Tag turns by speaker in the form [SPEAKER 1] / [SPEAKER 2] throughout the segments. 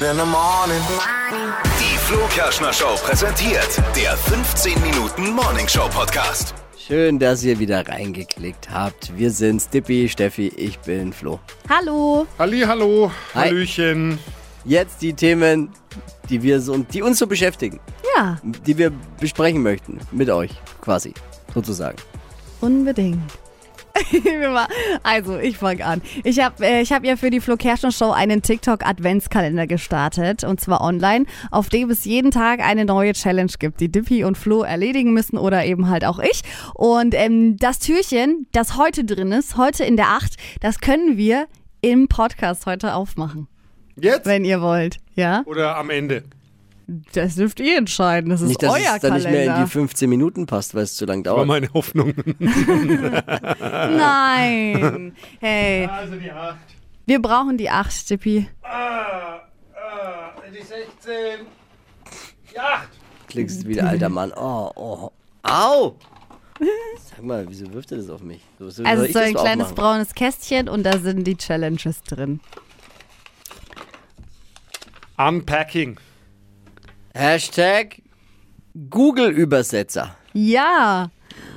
[SPEAKER 1] the morning.
[SPEAKER 2] Die Flo Kerschner Show präsentiert der 15 Minuten Morning Show Podcast.
[SPEAKER 3] Schön, dass ihr wieder reingeklickt habt. Wir sind's, Dippi, Steffi, ich bin Flo.
[SPEAKER 4] Hallo.
[SPEAKER 5] Halli, hallo,
[SPEAKER 3] Hi.
[SPEAKER 5] Hallöchen.
[SPEAKER 3] Jetzt die Themen, die wir so, die uns so beschäftigen,
[SPEAKER 4] Ja,
[SPEAKER 3] die wir besprechen möchten mit euch, quasi, sozusagen.
[SPEAKER 4] unbedingt. Wir mal- also, ich fange an. Ich habe äh, ich hab ja für die Flo Kerschner Show einen TikTok-Adventskalender gestartet und zwar online, auf dem es jeden Tag eine neue Challenge gibt, die Dippy und Flo erledigen müssen oder eben halt auch ich. Und ähm, das Türchen, das heute drin ist, heute in der 8, das können wir im Podcast heute aufmachen,
[SPEAKER 5] Jetzt
[SPEAKER 4] wenn ihr wollt. Ja,
[SPEAKER 5] oder am Ende?
[SPEAKER 4] das dürft ihr entscheiden. Das ist
[SPEAKER 3] nicht, dass
[SPEAKER 4] euer
[SPEAKER 3] es dann
[SPEAKER 4] Kalender.
[SPEAKER 3] nicht mehr in die 15 Minuten passt, weil es zu lang
[SPEAKER 5] War
[SPEAKER 3] dauert.
[SPEAKER 5] meine Hoffnung.
[SPEAKER 4] Nein. Hey.
[SPEAKER 5] Also die 8.
[SPEAKER 4] Wir brauchen die 8, Stippi.
[SPEAKER 5] Ah, Die 16. Die 8.
[SPEAKER 3] Klickst wieder, alter Mann. Oh, oh. Au! Sag mal, wieso wirft er das auf mich? So, so
[SPEAKER 4] Also
[SPEAKER 3] soll
[SPEAKER 4] es
[SPEAKER 3] ich das
[SPEAKER 4] ist so ein
[SPEAKER 3] mal
[SPEAKER 4] kleines
[SPEAKER 3] aufmachen?
[SPEAKER 4] braunes Kästchen und da sind die Challenges drin.
[SPEAKER 5] Unpacking.
[SPEAKER 3] Hashtag Google-Übersetzer.
[SPEAKER 4] Ja.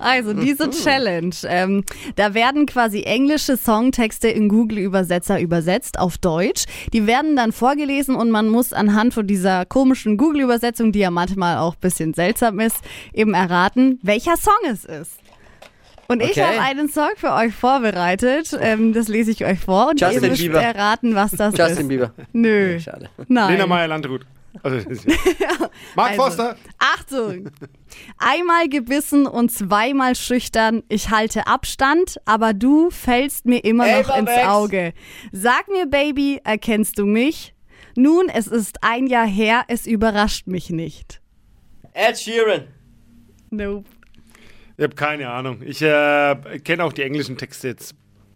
[SPEAKER 4] Also
[SPEAKER 3] Mhm.
[SPEAKER 4] diese Challenge, ähm, da werden quasi englische Songtexte in Google-Übersetzer übersetzt auf Deutsch. Die werden dann vorgelesen und man muss anhand von dieser komischen Google-Übersetzung, die ja manchmal auch ein bisschen seltsam ist, eben erraten, welcher Song es ist. Und ich
[SPEAKER 3] Okay.
[SPEAKER 4] habe einen Song für euch vorbereitet, ähm, das lese ich euch vor und
[SPEAKER 3] Justin
[SPEAKER 4] ihr müsst
[SPEAKER 3] Bieber.
[SPEAKER 4] erraten, was das ist.
[SPEAKER 3] Justin Bieber.
[SPEAKER 4] Nö.
[SPEAKER 3] Schade.
[SPEAKER 4] Nein.
[SPEAKER 5] Lena Meyer Landrut. Also, das ist- Mark
[SPEAKER 4] Also,
[SPEAKER 5] Forster.
[SPEAKER 4] Achtung! Einmal gebissen und zweimal schüchtern. Ich halte Abstand, aber du fällst mir immer
[SPEAKER 3] Ey,
[SPEAKER 4] noch ins
[SPEAKER 3] Babex!
[SPEAKER 4] Auge. Sag mir, Baby, erkennst du mich? Nun, es ist ein Jahr her, es überrascht mich nicht.
[SPEAKER 3] Ed Sheeran.
[SPEAKER 4] Nope.
[SPEAKER 5] Ich habe keine Ahnung. Ich äh, kenne auch die englischen Texte jetzt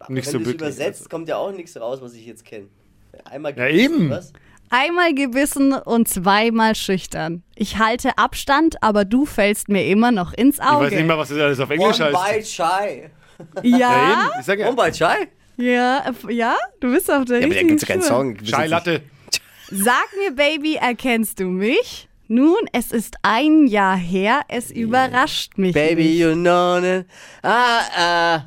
[SPEAKER 5] nicht
[SPEAKER 3] Wenn
[SPEAKER 5] so
[SPEAKER 3] du
[SPEAKER 5] wirklich. also.
[SPEAKER 3] übersetzt, kommt ja auch nichts raus, was ich jetzt kenne. Einmal
[SPEAKER 5] Ja,
[SPEAKER 3] gibt's
[SPEAKER 5] eben.
[SPEAKER 3] was.
[SPEAKER 4] Einmal gebissen und zweimal schüchtern. Ich halte Abstand, aber du fällst mir immer noch ins
[SPEAKER 5] Ich weiß nicht
[SPEAKER 4] Auge.
[SPEAKER 5] mal, was das alles auf
[SPEAKER 3] One
[SPEAKER 5] Englisch heißt.
[SPEAKER 3] bite shy.
[SPEAKER 4] Ja,
[SPEAKER 5] Ja, eben. Ich sag
[SPEAKER 3] One
[SPEAKER 5] ja,
[SPEAKER 3] bite shy?
[SPEAKER 4] ja, ja, du bist auf der richtigen Spur.
[SPEAKER 5] Chai Latte.
[SPEAKER 4] Sag mir, Baby, erkennst du mich? Nun, es ist ein Jahr her, es überrascht mich.
[SPEAKER 3] Baby,
[SPEAKER 4] nicht.
[SPEAKER 3] you know it. Ah, ah.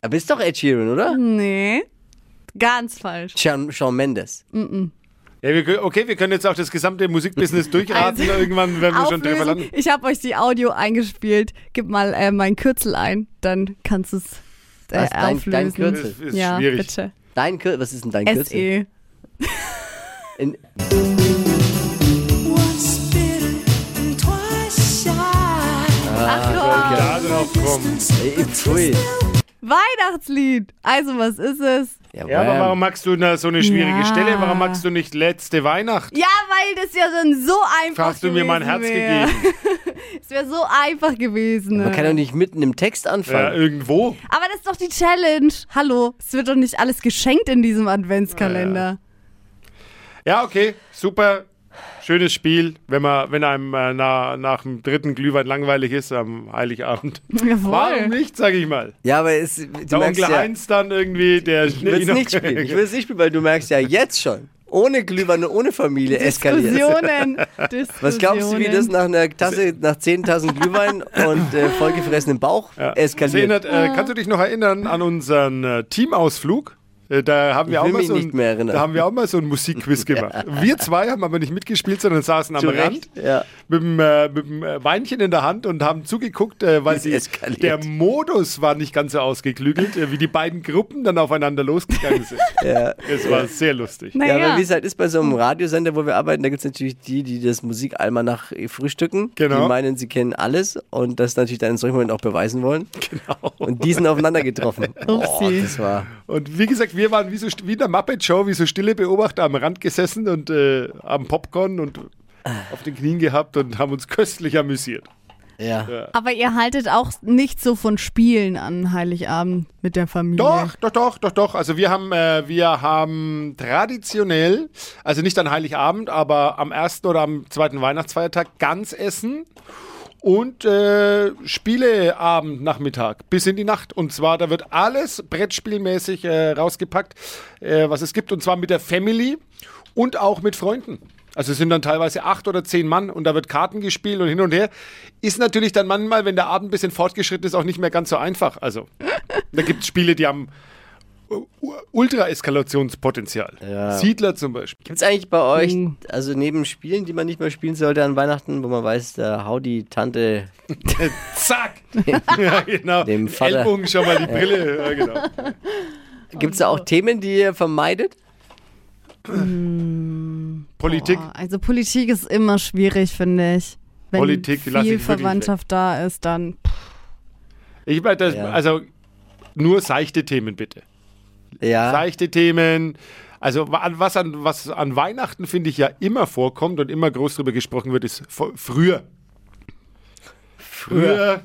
[SPEAKER 3] Aber ist doch Ed Sheeran, oder?
[SPEAKER 4] Nee. Ganz falsch.
[SPEAKER 3] Shawn, Shawn Mendes.
[SPEAKER 5] Ja, wir, können- okay, wir können jetzt auch das gesamte Musikbusiness durchraten.
[SPEAKER 4] Also,
[SPEAKER 5] Irgendwann werden wir schon drüber
[SPEAKER 4] Auflösen.
[SPEAKER 5] landen.
[SPEAKER 4] Ich habe euch die Audio eingespielt. Gib mal äh, mein Kürzel ein, dann kannst du es äh,
[SPEAKER 3] Was, dein-
[SPEAKER 4] auflösen.
[SPEAKER 3] dein Kürzel?
[SPEAKER 5] Das ist
[SPEAKER 4] ja,
[SPEAKER 5] schwierig.
[SPEAKER 4] bitte. E.
[SPEAKER 3] Dein Kürzel, was ist denn dein Kürzel?
[SPEAKER 4] SE.
[SPEAKER 3] In, äh,
[SPEAKER 6] Once bitten and twice shy.
[SPEAKER 3] Ah,
[SPEAKER 4] Ach
[SPEAKER 5] Da drauf kommen.
[SPEAKER 3] äh, pfui.
[SPEAKER 4] komm, Weihnachtslied. Also, was ist es?
[SPEAKER 5] Ja,
[SPEAKER 3] Ähm,
[SPEAKER 5] aber warum magst du da so eine schwierige
[SPEAKER 4] Ja.
[SPEAKER 5] Stelle? Warum magst du nicht letzte Weihnacht?
[SPEAKER 4] Ja, weil das ja dann so einfach
[SPEAKER 5] Hast du mir mein Herz
[SPEAKER 4] gewesen wär.
[SPEAKER 5] gegeben?
[SPEAKER 4] Es wäre so einfach gewesen.
[SPEAKER 3] Man kann doch nicht mitten im Text
[SPEAKER 5] Ja,
[SPEAKER 3] anfangen.
[SPEAKER 5] Äh, irgendwo.
[SPEAKER 4] Aber das ist doch die Challenge. Hallo, es wird doch nicht alles geschenkt in diesem Adventskalender.
[SPEAKER 5] Ja, okay, super. Schönes Spiel, wenn man, wenn einem äh, na, nach dem dritten Glühwein langweilig ist am Heiligabend.
[SPEAKER 4] Jawohl.
[SPEAKER 5] Warum nicht, sag ich mal.
[SPEAKER 3] Ja, aber es, du
[SPEAKER 5] Der
[SPEAKER 3] merkst
[SPEAKER 5] Onkel
[SPEAKER 3] ja,
[SPEAKER 5] Heinz dann irgendwie, der
[SPEAKER 3] ich will es nicht spielen. Ich will es nicht spielen, weil du merkst ja jetzt schon, ohne Glühwein und ohne Familie eskaliert.
[SPEAKER 4] Diskussionen. Diskussionen.
[SPEAKER 3] Was glaubst du, wie das nach einer Tasse, nach zehn Tassen Glühwein und äh, vollgefressenem Bauch eskaliert?
[SPEAKER 5] Zehnert, äh, kannst du dich noch erinnern an unseren äh, Teamausflug? Äh, Da haben wir,
[SPEAKER 3] Ich
[SPEAKER 5] auch
[SPEAKER 3] will
[SPEAKER 5] mal
[SPEAKER 3] mich
[SPEAKER 5] so ein,
[SPEAKER 3] nicht mehr erinnern.
[SPEAKER 5] da haben wir auch mal so ein Musikquiz gemacht. Wir zwei haben aber nicht mitgespielt, sondern saßen am
[SPEAKER 3] Zu
[SPEAKER 5] Rand
[SPEAKER 3] Recht, ja.
[SPEAKER 5] mit, dem, äh, mit dem äh, Weinchen in der Hand und haben zugeguckt, äh, weil
[SPEAKER 3] Ist
[SPEAKER 5] die,
[SPEAKER 3] eskaliert.
[SPEAKER 5] der Modus war nicht ganz so ausgeklügelt, äh, wie die beiden Gruppen dann aufeinander losgegangen sind. Es war sehr lustig.
[SPEAKER 3] Ja,
[SPEAKER 4] Naja.
[SPEAKER 3] aber wie es halt ist bei so einem Radiosender, wo wir arbeiten, da gibt es natürlich die, die das Musikalmanach äh, frühstücken. Die
[SPEAKER 5] Genau.
[SPEAKER 3] meinen, sie kennen alles und das natürlich dann in solchen Momenten auch beweisen wollen.
[SPEAKER 5] Genau.
[SPEAKER 3] Und die sind aufeinander getroffen. Oh,
[SPEAKER 4] Upsi.
[SPEAKER 3] das war.
[SPEAKER 5] Und wie gesagt, wir waren wie, so, st- wie in der Muppet-Show, wie so stille Beobachter am Rand gesessen und äh, am Popcorn und auf den Knien gehabt und haben uns köstlich amüsiert.
[SPEAKER 3] Ja.
[SPEAKER 4] Aber ihr haltet auch nicht so von Spielen an Heiligabend mit der Familie.
[SPEAKER 5] Doch, doch, doch, doch, doch. Also wir haben, äh, wir haben traditionell, also nicht an Heiligabend, aber am ersten oder am zweiten Weihnachtsfeiertag ganz essen und äh, Spieleabend Nachmittag bis in die Nacht. Und zwar, da wird alles brettspielmäßig äh, rausgepackt, äh, was es gibt, und zwar mit der Family. und auch mit Freunden. Also es sind dann teilweise acht oder zehn Mann und da wird Karten gespielt und hin und her. Ist natürlich dann manchmal, wenn der Abend ein bisschen fortgeschritten ist, auch nicht mehr ganz so einfach. Also da gibt es Spiele, die haben u- u- Ultra-Eskalationspotenzial. Siedler zum Beispiel.
[SPEAKER 3] Gibt es eigentlich bei euch, also neben Spielen, die man nicht mehr spielen sollte an Weihnachten, wo man weiß, da hau die Tante
[SPEAKER 5] Zack! ja, genau.
[SPEAKER 3] Dem
[SPEAKER 5] Mit
[SPEAKER 3] Vater.
[SPEAKER 5] Ellbogen schon mal die Brille. Ja, genau.
[SPEAKER 3] Gibt es da auch Themen, die ihr vermeidet?
[SPEAKER 5] Politik.
[SPEAKER 4] Boah, also Politik ist immer schwierig, finde ich. Wenn
[SPEAKER 5] Politik
[SPEAKER 4] viel
[SPEAKER 5] lasse ich wirklich
[SPEAKER 4] Verwandtschaft da ist, dann
[SPEAKER 5] Ich meine, das-
[SPEAKER 3] Ja.
[SPEAKER 5] also nur seichte Themen bitte.
[SPEAKER 3] Ja.
[SPEAKER 5] Seichte Themen. Also wa- an- was an, was an Weihnachten, finde ich, ja immer vorkommt und immer groß drüber gesprochen wird, ist vo- früher. Früher.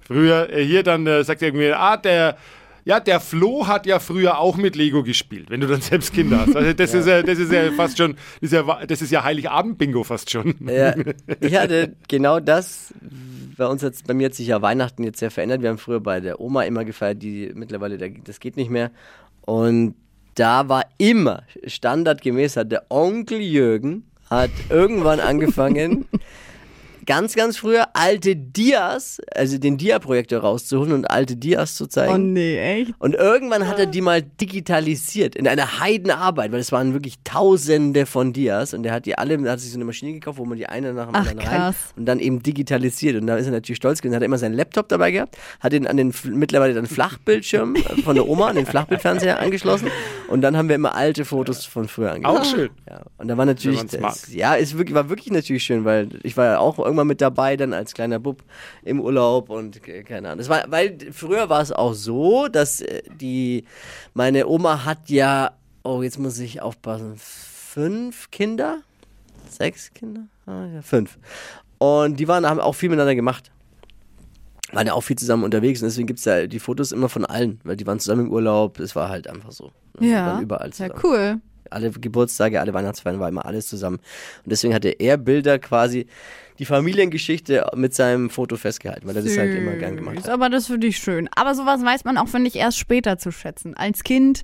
[SPEAKER 5] Früher. äh, Hier dann äh, sagt irgendwie, ah, der... Ja, der Flo hat ja früher auch mit Lego gespielt, wenn du dann selbst Kinder hast. Also das, ist, ja, das ist ja fast schon, das ist ja, wa- das ist ja Heiligabend-Bingo fast schon.
[SPEAKER 3] ja. Ich hatte genau das. Bei uns hat's, bei mir hat sich ja Weihnachten jetzt sehr verändert. Wir haben früher bei der Oma immer gefeiert, die mittlerweile, da- das geht nicht mehr. Und da war immer, standardgemäß hat der Onkel Jürgen, hat irgendwann angefangen, ganz, ganz früher alte Dias, also den Dia-Projektor rauszuholen und alte Dias zu zeigen.
[SPEAKER 4] oh nee, echt.
[SPEAKER 3] Und irgendwann hat er die mal digitalisiert in einer Heidenarbeit, weil es waren wirklich Tausende von Dias und er hat die alle, hat sich so eine Maschine gekauft, wo man die eine nach dem
[SPEAKER 4] Ach,
[SPEAKER 3] anderen rein
[SPEAKER 4] krass.
[SPEAKER 3] und dann eben digitalisiert und da ist er natürlich stolz gewesen, hat er immer seinen Laptop dabei gehabt, hat ihn an den fl- mittlerweile dann Flachbildschirm äh, von der Oma an den Flachbildfernseher angeschlossen und dann haben wir immer alte Fotos von früher angeschaut.
[SPEAKER 5] Auch schön.
[SPEAKER 3] Ja, und da war natürlich,
[SPEAKER 5] Wenn man's
[SPEAKER 3] das, ja, ist wirklich, war wirklich natürlich schön, weil ich war ja auch irgendwann mit dabei, dann als kleiner Bub im Urlaub und äh, keine Ahnung. Das war, weil früher war es auch so, dass äh, die, meine Oma hat ja, oh, jetzt muss ich aufpassen, fünf Kinder? Sechs Kinder? Ah, ja, fünf. Und die waren, haben auch viel miteinander gemacht. Waren ja auch viel zusammen unterwegs und deswegen gibt es ja die Fotos immer von allen, weil die waren zusammen im Urlaub, es war halt einfach so. Die
[SPEAKER 4] Ja,
[SPEAKER 3] waren überall
[SPEAKER 4] ja
[SPEAKER 3] zusammen
[SPEAKER 4] cool.
[SPEAKER 3] alle Geburtstage, alle Weihnachtsfeiern war immer alles zusammen. Und deswegen hatte er Bilder quasi die Familiengeschichte mit seinem Foto festgehalten, weil er das halt immer gern gemacht
[SPEAKER 4] Süß,
[SPEAKER 3] hat.
[SPEAKER 4] Aber das finde ich schön. Aber sowas weiß man auch, finde ich, erst später zu schätzen. Als Kind,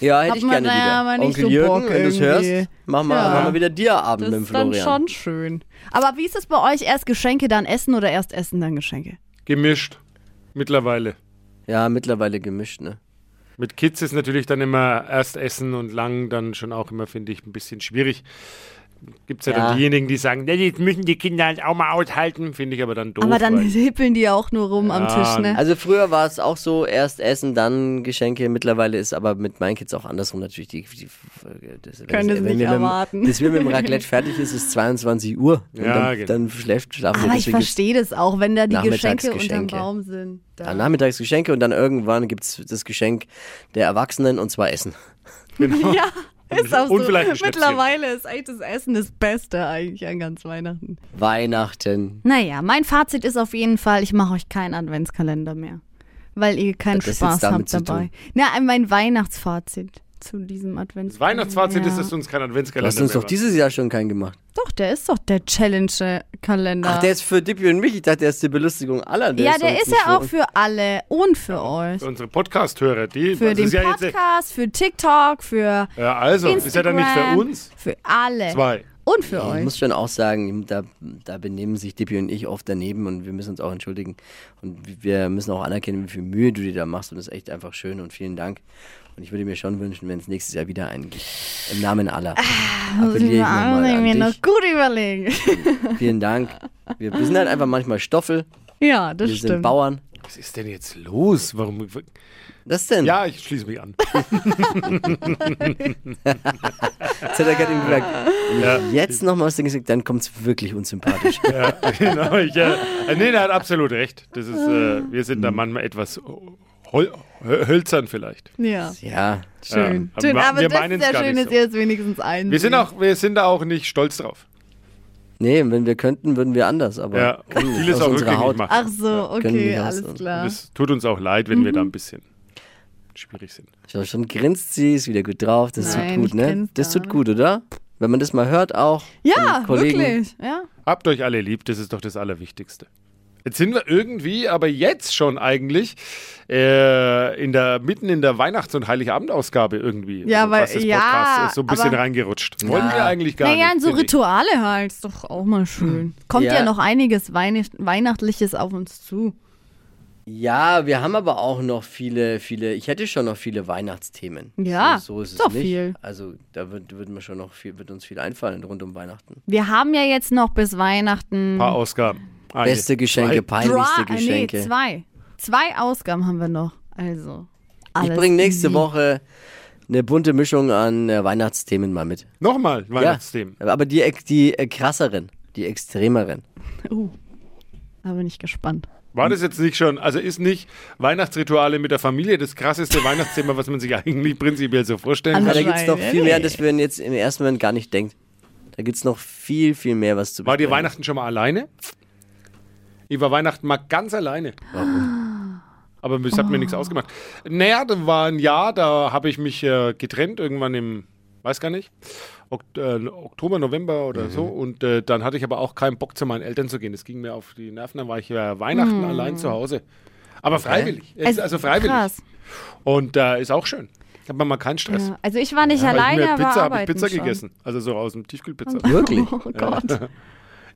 [SPEAKER 3] Ja, hätte
[SPEAKER 4] Hat
[SPEAKER 3] ich
[SPEAKER 4] man
[SPEAKER 3] gerne
[SPEAKER 4] da ja
[SPEAKER 3] wieder.
[SPEAKER 4] aber nicht
[SPEAKER 3] Onkel
[SPEAKER 4] so
[SPEAKER 3] Jürgen,
[SPEAKER 4] Bock
[SPEAKER 3] wenn du es
[SPEAKER 4] irgendwie.
[SPEAKER 3] hörst, mach mal,
[SPEAKER 4] Ja.
[SPEAKER 3] mach mal wieder Dirabend
[SPEAKER 4] das
[SPEAKER 3] mit dem
[SPEAKER 4] ist dann
[SPEAKER 3] Florian.
[SPEAKER 4] schon schön. Aber wie ist es bei euch? Erst Geschenke, dann Essen oder erst Essen, dann Geschenke?
[SPEAKER 5] Gemischt. Mittlerweile.
[SPEAKER 3] Ja, mittlerweile gemischt, ne?
[SPEAKER 5] Mit Kids ist natürlich dann immer erst essen und lang dann schon auch immer, finde ich, ein bisschen schwierig. Gibt es ja,
[SPEAKER 3] Ja.
[SPEAKER 5] dann diejenigen, die sagen, nee, jetzt müssen die Kinder halt auch mal aushalten, finde ich aber dann doof.
[SPEAKER 4] Aber dann
[SPEAKER 5] weil-
[SPEAKER 4] hippeln die auch nur rum am
[SPEAKER 5] Ja,
[SPEAKER 4] Tisch, ne?
[SPEAKER 3] Also früher war es auch so, erst Essen, dann Geschenke. Mittlerweile ist aber mit meinen Kids auch andersrum natürlich. Die, die, das, wenn
[SPEAKER 4] Können
[SPEAKER 3] das- wenn
[SPEAKER 4] es nicht
[SPEAKER 3] wir mit dem-
[SPEAKER 4] erwarten.
[SPEAKER 3] Bis wir mit dem Raclette fertig ist, ist 22 Uhr. Und
[SPEAKER 5] Ja,
[SPEAKER 3] dann,
[SPEAKER 5] genau.
[SPEAKER 3] dann schläft, schlafen wir.
[SPEAKER 4] Aber ich
[SPEAKER 3] Deswegen ist-
[SPEAKER 4] verstehe das auch, wenn da die Geschenke unterm
[SPEAKER 3] Nachmittagsgeschenke.
[SPEAKER 4] Baum sind. Da-
[SPEAKER 3] Ja, nachmittags Geschenke und dann irgendwann gibt es das Geschenk der Erwachsenen und zwar Essen.
[SPEAKER 5] genau.
[SPEAKER 4] Ja, ist auch
[SPEAKER 5] Und
[SPEAKER 4] so.
[SPEAKER 5] vielleicht ein Schnäpschen.
[SPEAKER 4] Mittlerweile ist eigentlich das Essen das Beste eigentlich an ganz Weihnachten.
[SPEAKER 3] Weihnachten.
[SPEAKER 4] Naja, mein Fazit ist auf jeden Fall, ich mache euch keinen Adventskalender mehr. Weil ihr keinen
[SPEAKER 3] Das hat's
[SPEAKER 4] Spaß
[SPEAKER 3] damit
[SPEAKER 4] habt
[SPEAKER 3] zu
[SPEAKER 4] dabei.
[SPEAKER 3] tun.
[SPEAKER 4] Na, mein Weihnachtsfazit zu diesem
[SPEAKER 5] Das
[SPEAKER 4] Adventskalender.
[SPEAKER 5] Weihnachtsfazit
[SPEAKER 4] ja.
[SPEAKER 5] ist, dass du uns kein
[SPEAKER 3] Du
[SPEAKER 5] Adventskalender
[SPEAKER 3] hast uns
[SPEAKER 5] mehr
[SPEAKER 3] doch dieses Jahr schon keinen gemacht.
[SPEAKER 4] Doch, der ist doch der Challenge-Kalender.
[SPEAKER 3] Ach, der ist für Dippy und mich. Ich dachte, der ist die Belustigung aller.
[SPEAKER 4] ja, der
[SPEAKER 3] sonst
[SPEAKER 4] ist
[SPEAKER 3] nicht
[SPEAKER 4] ja auch
[SPEAKER 3] uns.
[SPEAKER 4] für alle und für euch.
[SPEAKER 5] machst. Für unsere Podcast-Hörer, die.
[SPEAKER 4] Für
[SPEAKER 5] das
[SPEAKER 4] den
[SPEAKER 5] ist ja Jetzt, äh,
[SPEAKER 4] Podcast, für TikTok, für
[SPEAKER 5] ja, also,
[SPEAKER 4] Instagram.
[SPEAKER 5] ist ja dann nicht für uns.
[SPEAKER 4] Für alle.
[SPEAKER 5] Zwei.
[SPEAKER 4] Und für
[SPEAKER 3] Ich
[SPEAKER 4] euch.
[SPEAKER 3] muss schon auch sagen, da, da benehmen sich Dippy und ich oft daneben und wir müssen uns auch entschuldigen. Und wir müssen auch anerkennen, wie viel Mühe du dir da machst. Und das ist echt einfach schön und vielen Dank. Und ich würde mir schon wünschen, wenn es nächstes Jahr wieder einen gibt. Im Namen aller.
[SPEAKER 4] Ah, Muss ich
[SPEAKER 3] Appelliere ich
[SPEAKER 4] mir,
[SPEAKER 3] nochmal
[SPEAKER 4] auch mir
[SPEAKER 3] an
[SPEAKER 4] noch
[SPEAKER 3] dich.
[SPEAKER 4] gut überlegen.
[SPEAKER 3] Vielen Dank. Wir, wir sind halt einfach manchmal Stoffel.
[SPEAKER 4] ja, das
[SPEAKER 3] Wir sind
[SPEAKER 4] stimmt.
[SPEAKER 3] Bauern.
[SPEAKER 5] Was ist denn jetzt los? Warum?
[SPEAKER 3] Was denn?
[SPEAKER 5] Ja, ich schließe mich an.
[SPEAKER 3] Jetzt hat er gerade eben
[SPEAKER 5] Ah.
[SPEAKER 3] gesagt, wenn
[SPEAKER 5] Ja.
[SPEAKER 3] ich jetzt nochmal was gesagt dann kommt es wirklich unsympathisch.
[SPEAKER 5] ja, genau. Ich, äh, äh, nee, der hat absolut recht. Das ist, äh, wir sind da manchmal etwas hol hö- hölzern vielleicht.
[SPEAKER 4] Ja,
[SPEAKER 3] ja,
[SPEAKER 4] schön.
[SPEAKER 5] aber
[SPEAKER 4] schön.
[SPEAKER 5] wir-
[SPEAKER 4] Aber
[SPEAKER 5] wir
[SPEAKER 4] das
[SPEAKER 5] meinen's
[SPEAKER 4] ist ja
[SPEAKER 5] gar
[SPEAKER 4] schön,
[SPEAKER 5] nicht
[SPEAKER 4] dass
[SPEAKER 5] so.
[SPEAKER 4] ihr es wenigstens einsehen.
[SPEAKER 5] Wir sind, auch, wir sind da auch nicht stolz drauf.
[SPEAKER 3] nee, wenn wir könnten, würden wir anders, aber
[SPEAKER 5] Ja,
[SPEAKER 3] können nicht.
[SPEAKER 5] vieles
[SPEAKER 3] Aus
[SPEAKER 5] auch
[SPEAKER 3] unserer
[SPEAKER 5] rückgängig
[SPEAKER 3] Haut.
[SPEAKER 5] machen.
[SPEAKER 4] Ach so,
[SPEAKER 3] können
[SPEAKER 4] okay,
[SPEAKER 3] wir das
[SPEAKER 4] alles
[SPEAKER 3] und-
[SPEAKER 4] klar.
[SPEAKER 5] Es tut uns auch leid, wenn wir
[SPEAKER 4] Mhm.
[SPEAKER 5] da ein bisschen schwierig sind.
[SPEAKER 3] Schon, schon grinst sie, ist wieder gut drauf, das
[SPEAKER 4] Nein,
[SPEAKER 3] tut gut,
[SPEAKER 4] ich
[SPEAKER 3] ne?
[SPEAKER 4] grinse
[SPEAKER 3] Das
[SPEAKER 4] gar
[SPEAKER 3] tut
[SPEAKER 4] nicht.
[SPEAKER 3] gut, oder? Wenn man das mal hört auch.
[SPEAKER 4] Ja,
[SPEAKER 3] von Kollegen.
[SPEAKER 4] wirklich. Ja.
[SPEAKER 5] Habt euch alle lieb, das ist doch das Allerwichtigste. Jetzt sind wir irgendwie, aber jetzt schon eigentlich, äh, in der, mitten in der Weihnachts- und Heiligabendausgabe irgendwie.
[SPEAKER 4] Ja, weil-
[SPEAKER 5] was das
[SPEAKER 4] ja,
[SPEAKER 5] Podcast ist, so ein bisschen
[SPEAKER 4] aber-
[SPEAKER 5] reingerutscht. Wollen wir eigentlich gar
[SPEAKER 4] Naja,
[SPEAKER 5] nicht. Hm.
[SPEAKER 4] und so
[SPEAKER 5] finde ich.
[SPEAKER 4] Rituale halt, ist doch auch mal schön. Kommt ja,
[SPEAKER 3] Ja.
[SPEAKER 4] noch einiges Weihnacht Weihnachtliches auf uns zu.
[SPEAKER 3] Ja, wir haben aber auch noch viele, viele, ich hätte schon noch viele Weihnachtsthemen.
[SPEAKER 4] Ja,
[SPEAKER 3] so, so ist es
[SPEAKER 4] doch
[SPEAKER 3] nicht.
[SPEAKER 4] viel.
[SPEAKER 3] Also da wird, wird mir schon noch viel, wird uns viel einfallen rund um Weihnachten.
[SPEAKER 4] Wir haben ja jetzt noch bis
[SPEAKER 5] Ein
[SPEAKER 4] Weihnachten
[SPEAKER 5] paar Ausgaben. Ah, Eine,
[SPEAKER 3] Beste Geschenke,
[SPEAKER 5] zwei.
[SPEAKER 3] peinlichste
[SPEAKER 4] Bra- äh,
[SPEAKER 3] Geschenke.
[SPEAKER 4] Nee, zwei. Zwei Ausgaben haben wir noch. Also.
[SPEAKER 3] ich
[SPEAKER 4] Alles
[SPEAKER 3] bringe nächste
[SPEAKER 4] easy.
[SPEAKER 3] Woche eine bunte Mischung an äh, Weihnachtsthemen mal mit.
[SPEAKER 5] Nochmal
[SPEAKER 3] Ja,
[SPEAKER 5] Weihnachtsthemen.
[SPEAKER 3] aber die, ex- die äh, krasseren, die extremeren.
[SPEAKER 4] Uh, da bin ich gespannt.
[SPEAKER 5] War das jetzt nicht schon, also ist nicht Weihnachtsrituale mit der Familie das krasseste Weihnachtsthema, was man sich eigentlich prinzipiell so
[SPEAKER 4] Alle-
[SPEAKER 5] vorstellen
[SPEAKER 3] Ja,
[SPEAKER 5] kann?
[SPEAKER 3] da gibt es noch
[SPEAKER 4] Wahrscheinlich.
[SPEAKER 3] viel mehr, das man jetzt im ersten Moment gar nicht denkt. Da gibt es noch viel, viel mehr, was zu
[SPEAKER 5] War dir
[SPEAKER 3] besprechen.
[SPEAKER 5] Weihnachten schon mal alleine? Ich war Weihnachten mal ganz alleine. Aber es hat mir
[SPEAKER 4] Oh.
[SPEAKER 5] nichts ausgemacht. Naja, da war ein Jahr, da habe ich mich äh, getrennt, irgendwann im, weiß gar nicht, Ok äh, Oktober, November oder
[SPEAKER 4] Mhm.
[SPEAKER 5] so. Und äh, dann hatte ich aber auch keinen Bock, zu meinen Eltern zu gehen. Das ging mir auf die Nerven, dann war ich äh, Weihnachten allein zu Hause. Aber freiwillig. Jetzt,
[SPEAKER 4] Mhm. Es-
[SPEAKER 5] also freiwillig.
[SPEAKER 4] Krass.
[SPEAKER 5] Und da äh, ist auch schön. Da hat man mal keinen Stress.
[SPEAKER 4] Ja. Also ich war nicht
[SPEAKER 5] Weil ich
[SPEAKER 4] alleine,
[SPEAKER 5] mir
[SPEAKER 4] aber
[SPEAKER 5] Pizza habe ich
[SPEAKER 4] arbeiten
[SPEAKER 5] Pizza
[SPEAKER 4] schon.
[SPEAKER 5] gegessen. Also so aus dem Tiefkühlpizza.
[SPEAKER 3] Wirklich?
[SPEAKER 4] Oh Gott.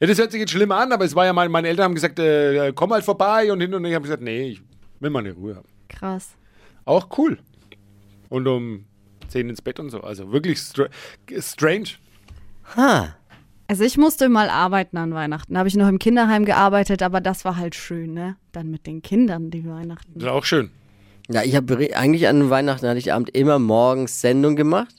[SPEAKER 5] Ja, das hört sich jetzt schlimm an, aber es war ja mein, meine Eltern haben gesagt, äh, komm halt vorbei und hin und her. Ich habe gesagt, nee, ich will meine Ruhe haben.
[SPEAKER 4] Krass.
[SPEAKER 5] Auch cool. Und um 10 ins Bett und so. Also wirklich stra strange.
[SPEAKER 3] Ha.
[SPEAKER 4] Also ich musste mal arbeiten an Weihnachten. Da habe ich noch im Kinderheim gearbeitet, aber das war halt schön, ne? Dann mit den Kindern die Weihnachten.
[SPEAKER 5] Das ist auch schön.
[SPEAKER 3] Ja, ich habe eigentlich an Weihnachten hatte ich Abend immer morgens Sendung gemacht.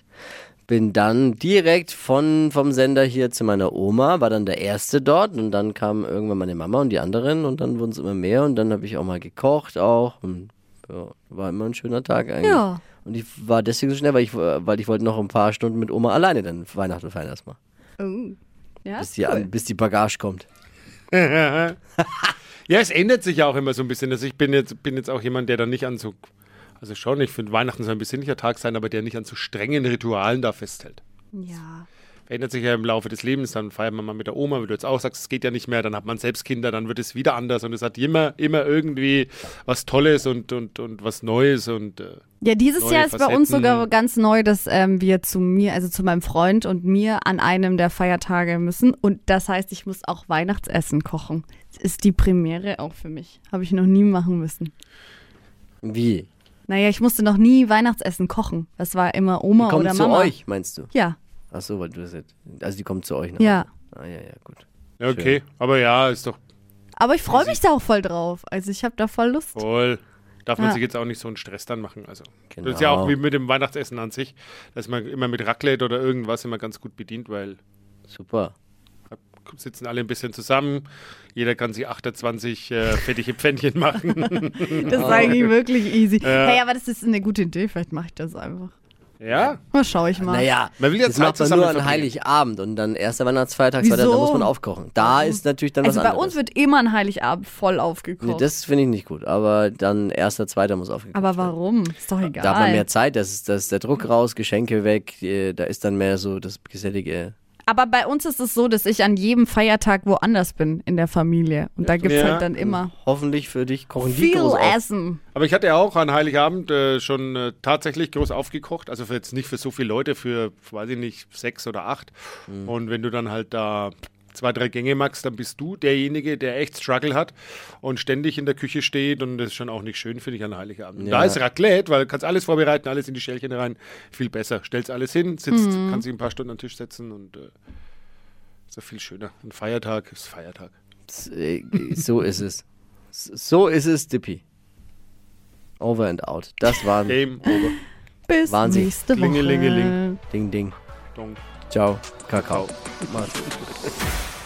[SPEAKER 3] Bin dann direkt von, vom Sender hier zu meiner Oma, war dann der Erste dort und dann kam irgendwann meine Mama und die anderen und dann wurden es immer mehr und dann habe ich auch mal gekocht auch und ja, war immer ein schöner Tag eigentlich.
[SPEAKER 4] Ja.
[SPEAKER 3] Und ich war deswegen so schnell, weil ich, weil ich wollte noch ein paar Stunden mit Oma alleine dann Weihnachten feiern erstmal,
[SPEAKER 4] Oh. Ja,
[SPEAKER 3] bis die, bis die Bagage kommt.
[SPEAKER 5] Ja, es ändert sich ja auch immer so ein bisschen. Also ich bin jetzt, bin jetzt auch jemand, der dann nicht an so, also schon, ich finde Weihnachten soll ein besinnlicher Tag sein, aber der nicht an so strengen Ritualen da festhält.
[SPEAKER 4] ja.
[SPEAKER 5] Verändert sich ja im Laufe des Lebens, dann feiert man mal mit der Oma, wie du jetzt auch sagst, es geht ja nicht mehr, dann hat man selbst Kinder, dann wird es wieder anders und es hat immer, immer irgendwie was Tolles und, und, und was Neues und äh,
[SPEAKER 4] Ja, dieses
[SPEAKER 5] Neue
[SPEAKER 4] Jahr ist bei uns
[SPEAKER 5] Facetten.
[SPEAKER 4] sogar ganz neu, dass ähm, wir zu mir, also zu meinem Freund und mir an einem der Feiertage müssen. Und das heißt, ich muss auch Weihnachtsessen kochen. Das ist die Premiere auch für mich. Habe ich noch nie machen müssen.
[SPEAKER 3] Wie?
[SPEAKER 4] Naja, ich musste noch nie Weihnachtsessen kochen. Das war immer
[SPEAKER 3] Die
[SPEAKER 4] Oma
[SPEAKER 3] kommen
[SPEAKER 4] oder
[SPEAKER 3] zu
[SPEAKER 4] Mama.
[SPEAKER 3] euch, meinst du?
[SPEAKER 4] Ja,
[SPEAKER 3] Ach so, weil du das jetzt, also die kommen zu euch. nach
[SPEAKER 4] Ja.
[SPEAKER 3] Hause. Ah, ja, ja, gut.
[SPEAKER 5] ja, okay, aber ja, ist doch
[SPEAKER 4] aber ich freue mich da auch voll drauf. Also ich habe da voll Lust.
[SPEAKER 3] Oh.
[SPEAKER 5] voll. Darf man
[SPEAKER 4] Ja.
[SPEAKER 5] sich jetzt auch nicht so einen Stress dann machen. Also. Das ist
[SPEAKER 3] Genau.
[SPEAKER 5] ja auch wie mit dem Weihnachtsessen an sich, dass man immer mit Raclette oder irgendwas immer ganz gut bedient, weil
[SPEAKER 3] Super.
[SPEAKER 5] sitzen alle ein bisschen zusammen, jeder kann sich 28 äh, fettige Pfännchen machen.
[SPEAKER 4] Das ist eigentlich wirklich easy. Hey, aber das ist eine gute Idee. Vielleicht mache ich das einfach.
[SPEAKER 5] ja,
[SPEAKER 4] Mal schaue ich mal.
[SPEAKER 3] Naja,
[SPEAKER 5] Man will ja
[SPEAKER 3] das
[SPEAKER 5] Zeit
[SPEAKER 3] macht man
[SPEAKER 5] zusammen
[SPEAKER 3] nur an
[SPEAKER 5] verbringen.
[SPEAKER 3] Heiligabend und dann erster Weihnachtsfeiertag, zweiter,
[SPEAKER 4] Wieso?
[SPEAKER 3] da muss man aufkochen. Da ist natürlich dann
[SPEAKER 4] also
[SPEAKER 3] was
[SPEAKER 4] bei
[SPEAKER 3] anderes.
[SPEAKER 4] uns wird immer ein Heiligabend voll aufgekocht.
[SPEAKER 3] nee, das finde ich nicht gut, aber dann erster, zweiter muss aufgekocht
[SPEAKER 4] aber
[SPEAKER 3] werden.
[SPEAKER 4] warum? Ist doch egal.
[SPEAKER 3] Da hat man mehr Zeit, das ist, das ist der Druck raus, Geschenke weg, äh, da ist dann mehr so das gesellige.
[SPEAKER 4] Aber bei uns ist es so, dass ich an jedem Feiertag woanders bin in der Familie. Und da gibt es
[SPEAKER 5] Ja.
[SPEAKER 4] halt dann immer
[SPEAKER 3] Hoffentlich für dich kochen die
[SPEAKER 4] viel
[SPEAKER 3] groß auf.
[SPEAKER 4] Essen.
[SPEAKER 5] aber ich hatte ja auch an Heiligabend äh, schon äh, tatsächlich groß aufgekocht, also für jetzt nicht für so viele Leute, für, weiß ich nicht, sechs oder acht. Und wenn du dann halt da zwei, drei Gänge machst, dann bist du derjenige, der echt Struggle hat und ständig in der Küche steht und das ist schon auch nicht schön, finde ich, an Heiligabend. Da
[SPEAKER 3] Ja.
[SPEAKER 5] ist Raclette, weil du kannst alles vorbereiten, alles in die Schälchen rein, viel besser. Stellst alles hin, sitzt, kannst dich ein paar Stunden an den Tisch setzen und äh, ist ja viel schöner. Ein Feiertag ist Feiertag.
[SPEAKER 3] Äh, So ist es. So ist es, Dippy. Over and out. Das war ein
[SPEAKER 5] Game over.
[SPEAKER 4] Bis
[SPEAKER 3] Wahnsinn.
[SPEAKER 4] nächste Woche.
[SPEAKER 5] Klingelingeling.
[SPEAKER 3] Ding Ding.
[SPEAKER 5] Dong.
[SPEAKER 3] Ciao. Kakao. Mach's gut.